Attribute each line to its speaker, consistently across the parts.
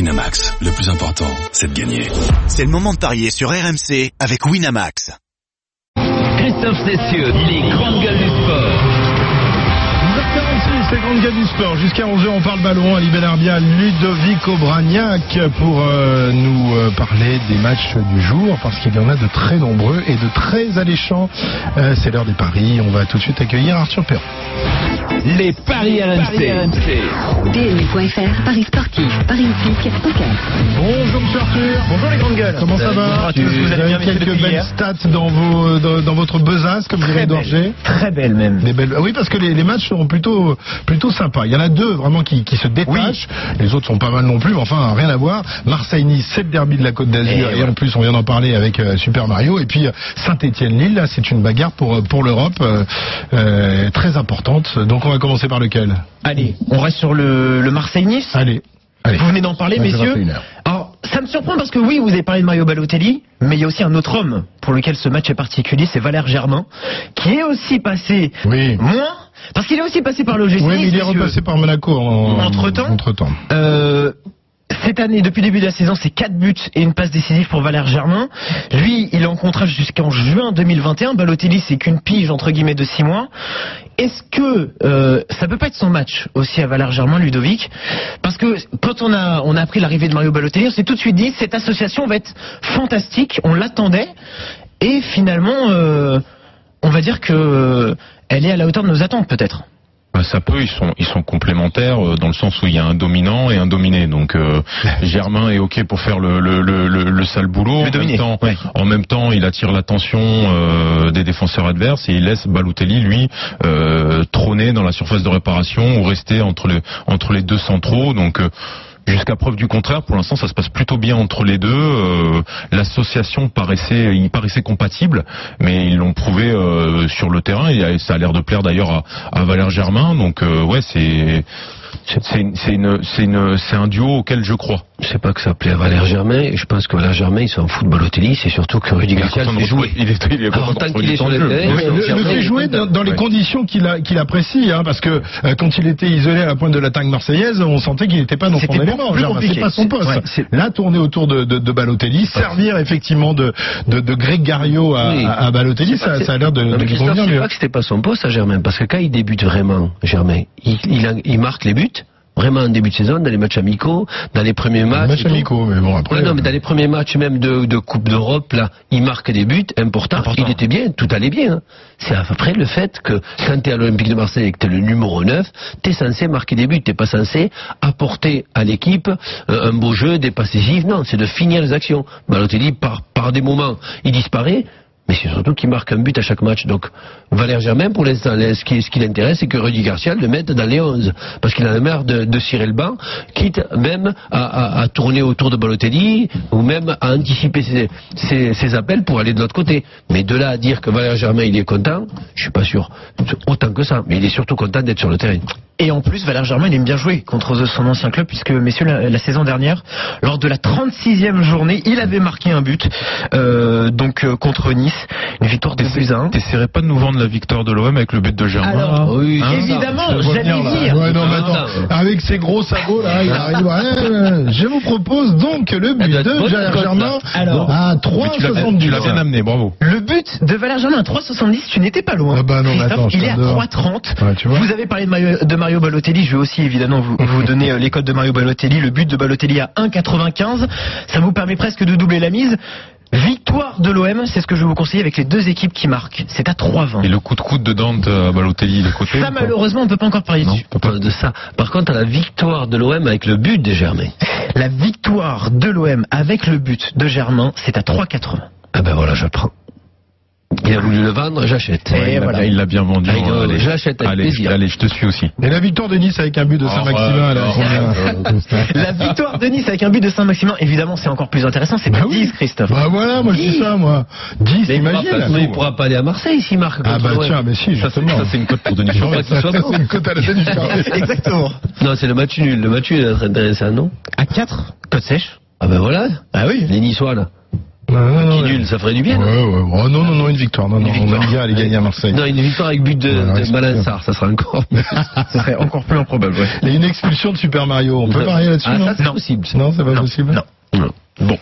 Speaker 1: Winamax, le plus important, c'est de gagner.
Speaker 2: C'est le moment de parier sur RMC avec Winamax.
Speaker 3: Christophe Cessieux, les grandes gueules du sport.
Speaker 4: 46, c'est Grande Gueule du Sport. Jusqu'à 11h, on parle ballon. Ali Benarbia, Ludovic Obraniak pour euh, nous euh, parler des matchs du jour parce qu'il y en a de très nombreux et de très alléchants. Euh, c'est l'heure des paris. On va tout de suite accueillir Arthur Perron.
Speaker 3: Les paris RMC.
Speaker 5: PMU.fr, Paris sportif, Paris hippique, poker.
Speaker 4: Bonjour Monsieur Arthur. Bonjour les grandes gueules. Comment ça va
Speaker 6: Bonjour à tous.
Speaker 4: Vous
Speaker 6: Vous allez
Speaker 4: avez
Speaker 6: bien, messieurs
Speaker 4: quelques
Speaker 6: depuis
Speaker 4: belles
Speaker 6: hier
Speaker 4: stats dans, vos, dans, dans votre besace, comme dirait Dorgé.
Speaker 6: Très belle même.
Speaker 4: Des belles- Ah Oui, parce que les, les matchs seront plutôt, plutôt sympas. Il y en a deux vraiment qui, qui se détachent. Les autres sont pas mal non plus, mais enfin, rien à voir. Marseille-Nice, c'est le derby de la Côte d'Azur. Et,
Speaker 6: Et Eh ouais.
Speaker 4: en plus, on vient d'en parler avec euh, Super Mario. Et puis, Saint-Etienne-Lille, là, c'est une bagarre pour, euh, pour l'Europe euh, euh, très importante. Donc, on va commencer par lequel
Speaker 6: Allez, on reste sur le, le Marseille-Nice.
Speaker 4: Allez. Allez.
Speaker 6: Vous venez d'en parler,
Speaker 4: Ouais, ça va
Speaker 6: messieurs.
Speaker 4: faire une heure.
Speaker 6: Alors, ça me surprend parce que oui, vous avez parlé de Mario Balotelli, mais il y a aussi un autre homme pour lequel ce match est particulier, c'est Valère Germain, qui est aussi passé
Speaker 4: Oui.
Speaker 6: moins, parce qu'il est aussi passé par l'OGC.
Speaker 4: Oui, mais il est repassé par Monaco en,
Speaker 6: Entre-temps
Speaker 4: Entre-temps.
Speaker 6: Euh, cette année, depuis le début de la saison, c'est 4 buts et une passe décisive pour Valère Germain. Lui, il est en contrat jusqu'en juin 2021. Balotelli, c'est qu'une pige, entre guillemets, de 6 mois. Est-ce que euh, ça peut pas être son match aussi à Valère Germain, Ludovic Parce que quand on a, on a appris l'arrivée de Mario Balotelli, on s'est tout de suite dit, cette association va être fantastique, on l'attendait. Et finalement, euh, on va dire que euh, elle est à la hauteur de nos attentes, peut-être.
Speaker 7: Bah, ça peut, ils sont, ils sont complémentaires euh, dans le sens où il y a un dominant et un dominé. Donc euh, Germain est ok pour faire le, le, le, le- le sale boulot. en,
Speaker 6: dominé,
Speaker 7: même temps,
Speaker 6: ouais.
Speaker 7: en même temps, il attire l'attention euh, des défenseurs adverses et il laisse Balotelli lui euh, trôner dans la surface de réparation ou rester entre les entre les deux centraux. Donc euh, Jusqu'à preuve du contraire, pour l'instant, ça se passe plutôt bien entre les deux. Euh, L'association paraissait, il paraissait compatible, mais ils l'ont prouvé euh, sur le terrain. Et ça a l'air de plaire d'ailleurs à, à Valère Germain. Donc euh, ouais, c'est c'est une- c'est une- c'est une- c'est un duo auquel je crois.
Speaker 8: Je sais pas que ça plaît à Valère Germain. Je pense que Valère Germain, il s'en fout de Balotelli. C'est surtout que Rudy
Speaker 7: Il est
Speaker 8: Garcia
Speaker 7: content
Speaker 8: le
Speaker 7: de
Speaker 8: fait
Speaker 7: retrouver-
Speaker 8: jouer.
Speaker 7: Il est, il est
Speaker 8: Alors,
Speaker 7: content de
Speaker 8: Ah, tant
Speaker 7: retrouver
Speaker 8: qu'il
Speaker 7: du
Speaker 8: est
Speaker 7: temps
Speaker 8: sur
Speaker 7: de
Speaker 8: le
Speaker 7: jeu.
Speaker 8: terrain,
Speaker 7: Oui.
Speaker 8: euh,
Speaker 4: Le,
Speaker 8: Germain,
Speaker 4: le fait
Speaker 8: il est
Speaker 4: jouer
Speaker 8: content.
Speaker 4: dans, dans les
Speaker 7: Ouais.
Speaker 4: conditions qu'il a- qu'il apprécie, hein, parce que euh, quand il était isolé à la pointe de l'attaque marseillaise, on sentait qu'il n'était pas dans son
Speaker 6: C'était
Speaker 4: élément.
Speaker 6: plus
Speaker 4: Germain,
Speaker 6: compliqué.
Speaker 4: C'est pas son poste.
Speaker 6: Ouais, c'est-
Speaker 4: Là, tourner autour de, de, de Balotelli, servir effectivement de, de, de Grégario à,
Speaker 8: Oui.
Speaker 4: à- à Balotelli, ça, ça a l'air de,
Speaker 8: Non,
Speaker 4: de
Speaker 8: mais
Speaker 4: lui
Speaker 8: Christophe,
Speaker 4: convenir
Speaker 8: je sais
Speaker 4: mieux.
Speaker 8: pas que c'était pas son poste à Germain, parce que quand il débute vraiment, Germain, il, il a- il marque les buts, vraiment en début de saison, dans les matchs amicaux, dans les premiers matchs.
Speaker 4: Match
Speaker 8: et tout.
Speaker 4: amicaux, mais bon, après.
Speaker 8: Ouais, non, mais
Speaker 4: euh,
Speaker 8: dans les premiers matchs même de, de Coupe d'Europe, là, il marque des buts importants. Il était bien, tout allait bien. hein. C'est après le fait que quand t'es à l'Olympique de Marseille et que t'es le numéro 9, t'es censé marquer des buts, t'es pas censé apporter à l'équipe euh, un beau jeu, des passes décisives. Non, c'est de finir les actions. Balotelli, par, par des moments, il disparaît. Mais c'est surtout qu'il marque un but à chaque match. Donc, Valère Germain, pour l'instant, là, ce qui, ce qui l'intéresse, c'est que Rudy Garcia le mette dans les 11. Parce qu'il en a marre de, de cirer le banc, quitte même à, à- à tourner autour de Balotelli, ou même à anticiper ses, ses- ses appels pour aller de l'autre côté. Mais de là à dire que Valère Germain, il est content, je suis pas sûr. Autant que ça. Mais il est surtout content d'être sur le terrain.
Speaker 6: Et en plus, Valère Germain, il aime bien jouer contre son ancien club, puisque, messieurs, la, la saison dernière, lors de la 36e journée, il avait marqué un but, euh, donc euh, contre Nice, une victoire de 2 à 1.
Speaker 7: T'essaierais pas de nous vendre la victoire de l'OM avec le but de Germain
Speaker 6: Alors,
Speaker 8: oui,
Speaker 7: Hein
Speaker 6: évidemment,
Speaker 4: je vois
Speaker 6: j'allais
Speaker 4: venir, là.
Speaker 6: dire,
Speaker 4: Ouais, non, mais
Speaker 8: Ah,
Speaker 4: attends, avec ses gros sabots, là, il arrive. Ouais, ouais. je vous propose donc le but
Speaker 8: doit être
Speaker 4: de
Speaker 8: bonne,
Speaker 4: Valère
Speaker 8: cette
Speaker 4: Germain
Speaker 8: cote,
Speaker 6: Alors.
Speaker 4: à
Speaker 7: Mais tu l'as bien-
Speaker 4: 3,70.
Speaker 7: tu l'as bien amené, bravo.
Speaker 6: le but de Valère Germain à 3,70, tu n'étais pas loin.
Speaker 4: Ah bah non, mais
Speaker 6: Christophe,
Speaker 4: attends, je
Speaker 6: il est à
Speaker 4: t'adore.
Speaker 6: 3,30.
Speaker 4: Ouais, tu vois.
Speaker 6: vous avez parlé de Mario, de Mario Balotelli, je vais aussi évidemment vous, vous donner euh, les codes de Mario Balotelli, le but de Balotelli à 1,95. Ça vous permet presque de doubler la mise. Victoire de l'OM, c'est ce que je vous conseille avec les deux équipes qui marquent. C'est à 3,20.
Speaker 7: Et le coup de coude de Dante à Balotelli, il est côté.
Speaker 6: Ça, malheureusement, on peut pas encore parier
Speaker 7: Non.
Speaker 6: dessus.
Speaker 8: On parle de ça. Par contre, à la victoire de l'OM avec le but de Germain.
Speaker 6: La victoire de l'OM avec le but de Germain, c'est à 3,80.
Speaker 8: Ah ben voilà, je prends. Il a voulu le vendre, j'achète.
Speaker 6: Et
Speaker 7: Il l'a-
Speaker 6: voilà.
Speaker 7: Il l'a bien vendu.
Speaker 8: Allez,
Speaker 7: hein,
Speaker 8: je l'achète avec
Speaker 7: allez,
Speaker 8: plaisir.
Speaker 7: Allez, je te suis aussi.
Speaker 4: Et la victoire de Nice avec un but de Saint-Maximin, là,
Speaker 7: Ah,
Speaker 4: combien euh,
Speaker 6: La victoire de Nice avec un but de Saint-Maximin, évidemment, c'est encore plus intéressant. C'est
Speaker 4: Bah
Speaker 6: pas
Speaker 4: oui.
Speaker 6: 10, Christophe.
Speaker 4: Bah voilà, moi je dis ça, moi. 10,
Speaker 8: Mais il, pourra pas, mais il
Speaker 4: imagine.
Speaker 8: pourra pas aller à Marseille s'il marque.
Speaker 4: Ah
Speaker 8: contre
Speaker 4: bah
Speaker 8: l'OM.
Speaker 4: tiens, mais si,
Speaker 7: Ça, c'est
Speaker 4: justement.
Speaker 7: ça, c'est une cote pour Denis
Speaker 4: Ouais,
Speaker 7: Charvet.
Speaker 4: ça, ça, c'est une cote à la tête du carré.
Speaker 6: Exactement.
Speaker 8: Non, c'est le match nul. Le match nul est intéressant, non
Speaker 6: À 4, code sèche.
Speaker 8: Ah ben voilà,
Speaker 6: Ah oui.
Speaker 8: les Niçois là.
Speaker 4: Ouais, non, non,
Speaker 8: Qui
Speaker 4: ouais.
Speaker 8: nul, ça ferait du bien.
Speaker 4: Ouais,
Speaker 8: non
Speaker 4: ouais, ouais. Oh, non, non, non, une victoire. Non, non, on aime bien aller gagner à Marseille.
Speaker 8: Non, une victoire avec but de,
Speaker 4: Voilà,
Speaker 8: de
Speaker 4: c'est
Speaker 8: Malinçar, ça sera encore. mieux.
Speaker 6: Ce serait encore plus improbable, ouais.
Speaker 4: Et une expulsion de Super Mario. On peut parier là-dessus,
Speaker 8: Ah,
Speaker 4: non
Speaker 8: ça, c'est possible. ça.
Speaker 4: Non, c'est pas possible.
Speaker 6: Non.
Speaker 8: Non. Bon.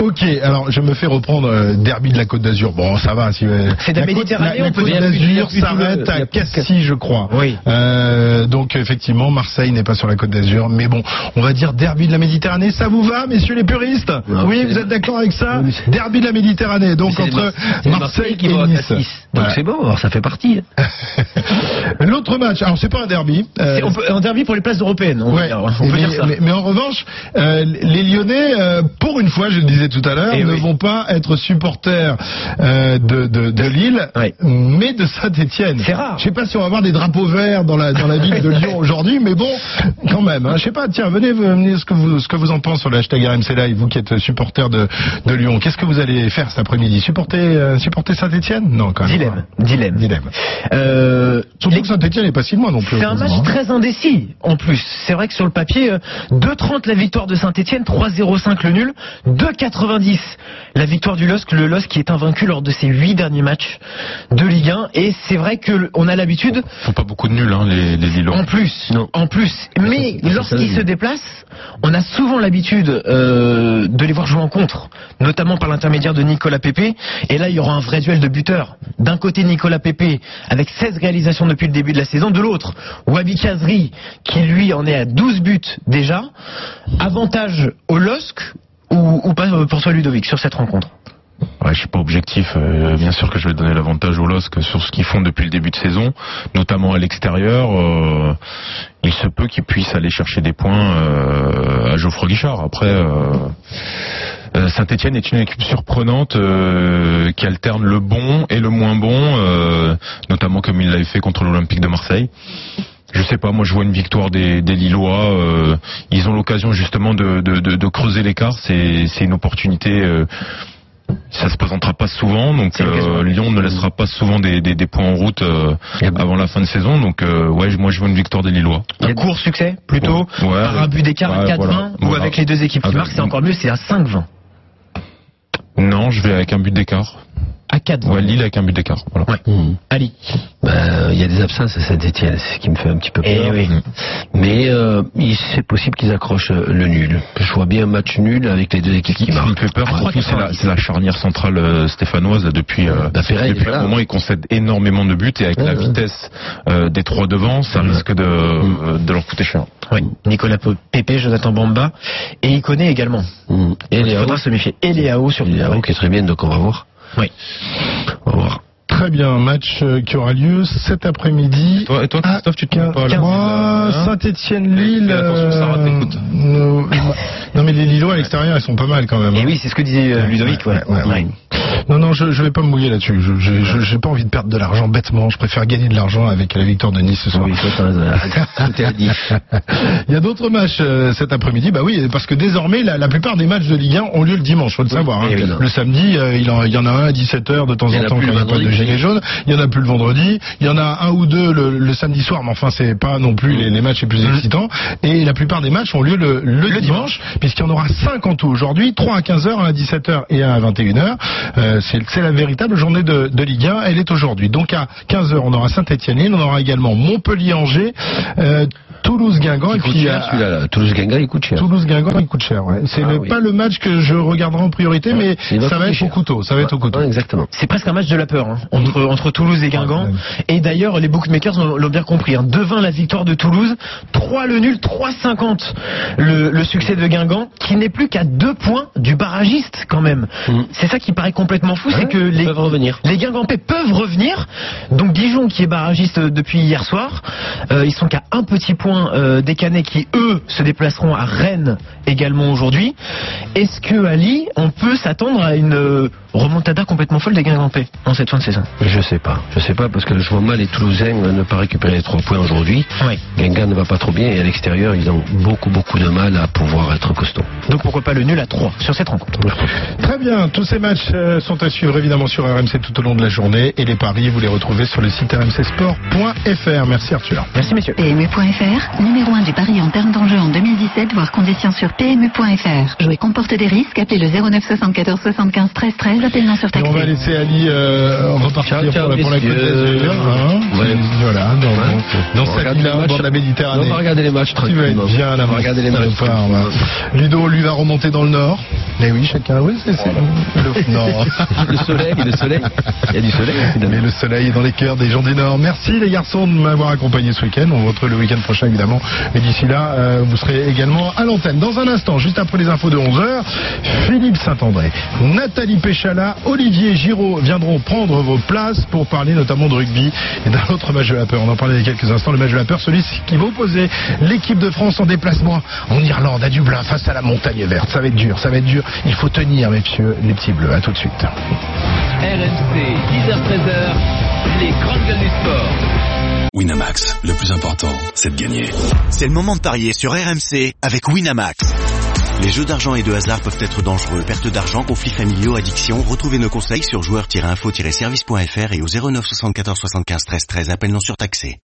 Speaker 4: Ok, alors je me fais reprendre euh, Derby de la Côte d'Azur. Bon, ça va. Si, euh,
Speaker 6: C'est de la
Speaker 4: Côte-
Speaker 6: Méditerranée,
Speaker 4: la- La
Speaker 6: on peut
Speaker 4: Côte
Speaker 6: dire plus-
Speaker 4: d'Azur
Speaker 6: plus tout le-
Speaker 4: s'arrête
Speaker 6: il y
Speaker 4: à
Speaker 6: a plus de-
Speaker 4: Cassis, je crois.
Speaker 6: Oui.
Speaker 4: Euh, donc effectivement, Marseille n'est pas sur la Côte d'Azur, mais bon, on va dire Derby de la Méditerranée. Ça vous va, messieurs les puristes
Speaker 8: Non.
Speaker 4: Oui, vous êtes d'accord avec ça
Speaker 8: Oui, c'est-
Speaker 4: Derby de la Méditerranée, donc
Speaker 8: C'est les
Speaker 4: entre
Speaker 8: Mar- c'est les
Speaker 4: Marseille
Speaker 8: qui
Speaker 4: et
Speaker 8: vont à
Speaker 4: Nice.
Speaker 8: Cassis. Donc
Speaker 4: Voilà.
Speaker 8: c'est bon, alors ça fait partie. hein.
Speaker 4: L'autre match, alors c'est pas un derby. euh,
Speaker 6: C'est- on peut- un derby pour les places européennes, on,
Speaker 4: Ouais,
Speaker 6: peut, dire, on peut
Speaker 4: mais,
Speaker 6: dire ça.
Speaker 4: mais- mais en revanche, euh, les Lyonnais, euh, pour une fois, je le disais tout à l'heure,
Speaker 6: Eh
Speaker 4: ne
Speaker 6: oui.
Speaker 4: vont pas être supporters euh, de, de, de Lille,
Speaker 6: Ouais.
Speaker 4: mais de Saint-Étienne.
Speaker 6: C'est rare.
Speaker 4: Je sais pas si on va avoir des drapeaux verts dans la dans la ville de Lyon aujourd'hui, mais bon, quand même. Hein, je sais pas. Tiens, venez, venez ce que vous ce que vous en pensez sur le hashtag RMC Live, vous qui êtes supporter de de Lyon. Qu'est-ce que vous allez faire cet après-midi Supporter euh, supporter Saint-Étienne Non, quand même.
Speaker 6: Dilemme,
Speaker 4: pas.
Speaker 6: dilemme.
Speaker 4: Dilemme.
Speaker 6: Euh,
Speaker 4: Surtout
Speaker 6: les-
Speaker 4: que Saint-Étienne n'est pas si loin non plus.
Speaker 6: C'est un match
Speaker 4: heureusement, hein.
Speaker 6: très indécis en plus. C'est vrai que sur le papier, euh, 2,30 la victoire de Saint-Etienne, 3,05 le nul, 2,90 la victoire du LOSC, le LOSC qui est invaincu lors de ses 8 derniers matchs de Ligue 1. Et c'est vrai que l- on a l'habitude,
Speaker 7: Faut pas beaucoup de nuls, hein, les, les Lillois.
Speaker 6: en plus,
Speaker 8: Non.
Speaker 6: en plus, mais
Speaker 8: ça, ça,
Speaker 6: lorsqu'ils
Speaker 8: oui.
Speaker 6: se déplacent, on a souvent l'habitude euh, de les voir jouer en contre, notamment par l'intermédiaire de Nicolas Pépé. Et là, il y aura un vrai duel de buteurs. D'un côté, Nicolas Pépé avec 16 réalisations depuis le début de la saison, de l'autre, Wabi Kazri qui lui en est à 12 buts déjà. Avantage au LOSC ou, ou pas pour toi, Ludovic, sur cette rencontre
Speaker 7: Ouais, je suis pas objectif. euh, bien sûr que je vais donner l'avantage au LOSC sur ce qu'ils font depuis le début de saison, notamment à l'extérieur. euh, il se peut qu'ils puissent aller chercher des points euh, à Geoffroy Guichard. Après, euh, Saint-Etienne Euh, est une équipe surprenante euh, qui alterne le bon et le moins bon, euh, notamment comme il l'avait fait contre l'Olympique de Marseille. Je sais pas, moi je vois une victoire des, des Lillois. euh, ils ont l'occasion justement de, de- de- de creuser l'écart. C'est c'est une opportunité. euh, ça se présentera pas souvent, donc
Speaker 6: C'est l'occasion.
Speaker 7: euh, Lyon ne laissera pas souvent des, des- des points en route euh, avant la fin de saison. Donc euh, ouais, moi je vois une victoire des Lillois.
Speaker 6: Un court succès plutôt,
Speaker 7: Ouais, ouais.
Speaker 6: par un but d'écart à
Speaker 7: Ouais,
Speaker 6: 4-20
Speaker 7: voilà,
Speaker 6: ou
Speaker 7: voilà.
Speaker 6: avec les deux équipes
Speaker 8: Ah,
Speaker 6: qui
Speaker 7: Avec-
Speaker 6: marquent, c'est encore mieux, c'est à 5-20.
Speaker 7: Non, je vais avec un but d'écart.
Speaker 6: À 4-20.
Speaker 7: Ouais, Lille avec un but d'écart. Voilà.
Speaker 6: Ouais. Ali.
Speaker 8: Ben, Mhm. il y a des absences à Saint-Etienne, c'est ce qui me fait un petit peu peur.
Speaker 6: Eh oui.
Speaker 8: Mais euh, il- c'est possible qu'ils accrochent euh, le nul. Je vois bien un match nul avec les deux équipes qui
Speaker 7: Ce qui me
Speaker 8: marquent.
Speaker 7: fait peur,
Speaker 8: À
Speaker 7: surtout, c'est la,
Speaker 8: 3,90.
Speaker 7: c'est la charnière centrale euh, stéphanoise là, depuis, euh,
Speaker 8: Bah, Ferreira, il est
Speaker 7: depuis
Speaker 8: pas
Speaker 7: un
Speaker 8: là.
Speaker 7: moment, ils concèdent énormément de buts et avec
Speaker 8: Ouais,
Speaker 7: la
Speaker 8: ouais. Mm.
Speaker 7: vitesse euh, des trois devant, ça risque de, euh, de leur coûter cher.
Speaker 6: Oui, Nicolas Pe- Pepe, Jonathan Bamba et il connaît également.
Speaker 8: Mm. Et
Speaker 6: Il
Speaker 8: Léao,
Speaker 6: faudra se méfier. Et Léao sur
Speaker 8: Léao qui est très bien, donc on va voir.
Speaker 6: Oui.
Speaker 8: On va voir.
Speaker 4: Très bien, match euh, qui aura lieu cet après-midi.
Speaker 7: Toi, et toi,
Speaker 4: Ah,
Speaker 7: Christophe, tu te trompes pas là
Speaker 4: Moi,
Speaker 7: Hein
Speaker 4: Saint-Etienne-Lille.
Speaker 7: Fais attention, Sarah t'écoute.
Speaker 4: non, euh, non, mais les Lillois à l'extérieur, ils sont pas mal quand même.
Speaker 8: Eh
Speaker 4: hein.
Speaker 6: Et oui, c'est ce que disait euh, Ludovic. Ouais,
Speaker 4: Ouais, ouais, ouais. Non, non, je, je vais pas me mouiller là-dessus. Je- Je je- j'ai pas envie de perdre de l'argent bêtement. Je préfère gagner de l'argent avec la victoire de Nice ce soir.
Speaker 8: Oui, toi, t'as raison. Tout est à dire.
Speaker 4: Il y a d'autres matchs euh, cet après-midi. Bah oui, parce que désormais, la, la plupart des matchs de Ligue 1 ont lieu le dimanche. Faut le savoir. hein.
Speaker 8: oui, non.
Speaker 4: le samedi, euh, il, en- il y en a un à 17h de temps
Speaker 8: Il y
Speaker 4: en
Speaker 8: en a
Speaker 4: temps quand
Speaker 8: plus
Speaker 4: il
Speaker 8: le
Speaker 4: n'y a pas de
Speaker 8: vendredi.
Speaker 4: gilets jaunes. Il y en a plus le vendredi. Il y en a un ou deux le, le samedi soir, mais enfin, c'est pas non plus les, les matchs les plus
Speaker 8: Mmh.
Speaker 4: excitants. Et la plupart des matchs ont lieu le, le dimanche, puisqu'il y en aura 5 en tout aujourd'hui. 3 à 15h, 1 à 17h et 1 à 21h. Euh, c'est c'est la véritable journée de, de Ligue 1. Elle est aujourd'hui. Donc à 15h, on aura Saint-Etienne-Lille. On aura également Montpellier-Angers. euh, Toulouse-Guingamp et
Speaker 8: Il coûte
Speaker 4: puis
Speaker 8: cher,
Speaker 4: à-
Speaker 8: celui-là. là. Toulouse-Guingamp, il coûte cher.
Speaker 4: Toulouse-Guingamp, il coûte cher. Ouais. C'est
Speaker 8: Ah
Speaker 4: le-
Speaker 8: oui.
Speaker 4: pas le match que je regarderai en priorité, mais
Speaker 8: Il
Speaker 4: ça va
Speaker 8: coûter
Speaker 4: être au
Speaker 8: cher.
Speaker 4: couteau. Ça va être au couteau.
Speaker 8: Ouais, exactement.
Speaker 6: C'est presque un match de la peur hein, entre, entre Toulouse et Guingamp.
Speaker 4: Ouais, ouais.
Speaker 6: Et d'ailleurs, les bookmakers l'ont l'ont bien compris. Hein. 2-20 la victoire de Toulouse, 3 le nul, 3-50 le, le succès de Guingamp, qui n'est plus qu'à 2 points du barragiste quand même.
Speaker 8: Mhm.
Speaker 6: C'est ça qui paraît complètement fou, c'est
Speaker 8: Ouais,
Speaker 6: que
Speaker 8: ils
Speaker 6: les,
Speaker 8: peuvent revenir.
Speaker 6: Les Guingampais peuvent revenir. Donc Dijon qui est barragiste euh, depuis hier soir, euh, ils sont qu'à un petit point euh, des Canets qui eux se déplaceront à Rennes également aujourd'hui. Est-ce que Ali, on peut s'attendre à une euh, remontada complètement folle des Guingampais en cette fin de saison
Speaker 8: Je sais pas. Je sais pas parce que je vois mal les Toulousains euh, ne pas récupérer les trois points aujourd'hui.
Speaker 6: Oui.
Speaker 8: Guingamp ne va pas trop bien et à l'extérieur, ils ont beaucoup, beaucoup de mal à pouvoir être costauds.
Speaker 6: Donc pourquoi pas le nul à 3 sur cette rencontre
Speaker 4: Très bien, tous ces matchs euh, sont à suivre évidemment sur RMC tout au long de la journée et les paris, vous les retrouvez sur le site rmcsport.fr. Merci Arthur.
Speaker 6: Merci messieurs.
Speaker 5: PMU.fr, numéro 1 du pari en termes d'enjeu en 2017, voire conditions sur PMU.fr. Jouer comporte des risques, appelez le 09 74 75 13 13, appel non
Speaker 4: Et
Speaker 5: surtaxé.
Speaker 4: on va laisser Ali euh, repartir
Speaker 8: Ciao, ciao,
Speaker 4: pour, la, pour la Côte
Speaker 8: messieurs.
Speaker 4: d'Azur. hein.
Speaker 8: Ouais.
Speaker 4: Voilà, dans, dans
Speaker 8: On
Speaker 4: sa
Speaker 8: regarde
Speaker 4: villa
Speaker 8: les
Speaker 4: au bord
Speaker 8: matchs.
Speaker 4: de la Méditerranée.
Speaker 8: On va regarder les matchs
Speaker 4: Tu vas être
Speaker 8: tranquillement.
Speaker 4: bien là,
Speaker 8: On va regarder les matchs
Speaker 4: soir, là. Ludo, lui, va remonter dans le nord. Mais oui, chacun, oui, c'est c'est- le nord.
Speaker 8: Le soleil, le soleil. Il y a du soleil.
Speaker 4: Mais le soleil est dans les cœurs des gens du Nord. Merci les garçons de m'avoir accompagné ce week-end. On vous retrouve le week-end prochain évidemment. Mais d'ici là, euh, vous serez également à l'antenne. Dans un instant, juste après les infos de 11h, Philippe Saint-André, Nathalie Péchala, Olivier Giraud viendront prendre vos places pour parler notamment de rugby et d'un autre match de la peur. On en parlait il y a quelques instants, le match de la peur, celui qui va opposer l'équipe de France en déplacement en Irlande, à Dublin, face à la montagne verte. Ça va être dur, ça va être dur. Il faut tenir, messieurs, les petits bleus. À tout de suite.
Speaker 3: RMC, 10h-13h, les grandes gueules du sport.
Speaker 1: Winamax, le plus important, c'est de gagner.
Speaker 2: C'est le moment de parier sur RMC avec Winamax. Les jeux d'argent et de hasard peuvent être dangereux. Perte d'argent, conflits familiaux, addiction. Retrouvez nos conseils sur joueurs-info-service.fr et au 09 74 75 13 13. Appel non surtaxé.